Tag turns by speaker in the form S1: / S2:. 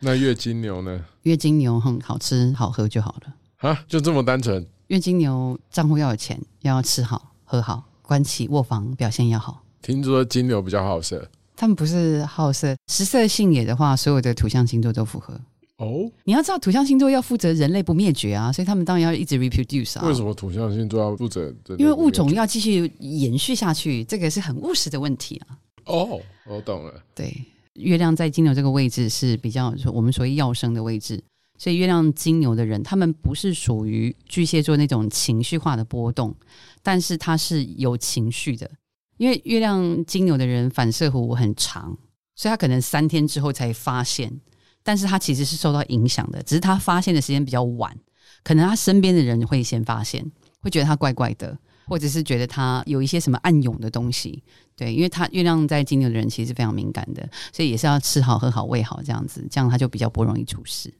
S1: 那月经牛呢？
S2: 月经牛很好吃好喝就好了。
S1: 啊，就这么单纯？
S2: 月经牛账户要有钱，要吃好喝好，关起卧房表现要好。
S1: 听说金牛比较好色
S2: 他们不是好色，食色性也的话，所有的土象星座都符合。
S1: 哦？
S2: 你要知道，土象星座要负责人类不灭绝啊，所以他们当然要一直 reproduce 啊。
S1: 为什么土象星座要负责这个？
S2: 因为物种要继续延续下去，这个是很务实的问题啊。
S1: 哦，我懂了。
S2: 对，月亮在金牛这个位置是比较我们所谓要生的位置，所以月亮金牛的人，他们不是属于巨蟹座那种情绪化的波动，但是他是有情绪的，因为月亮金牛的人反射弧很长，所以他可能三天之后才发现，但是他其实是受到影响的，只是他发现的时间比较晚，可能他身边的人会先发现，会觉得他怪怪的。或者是觉得他有一些什么暗涌的东西，对，因为他月亮在金牛的人其实是非常敏感的，所以也是要吃好喝好喂好这样子，这样他就比较不容易出事。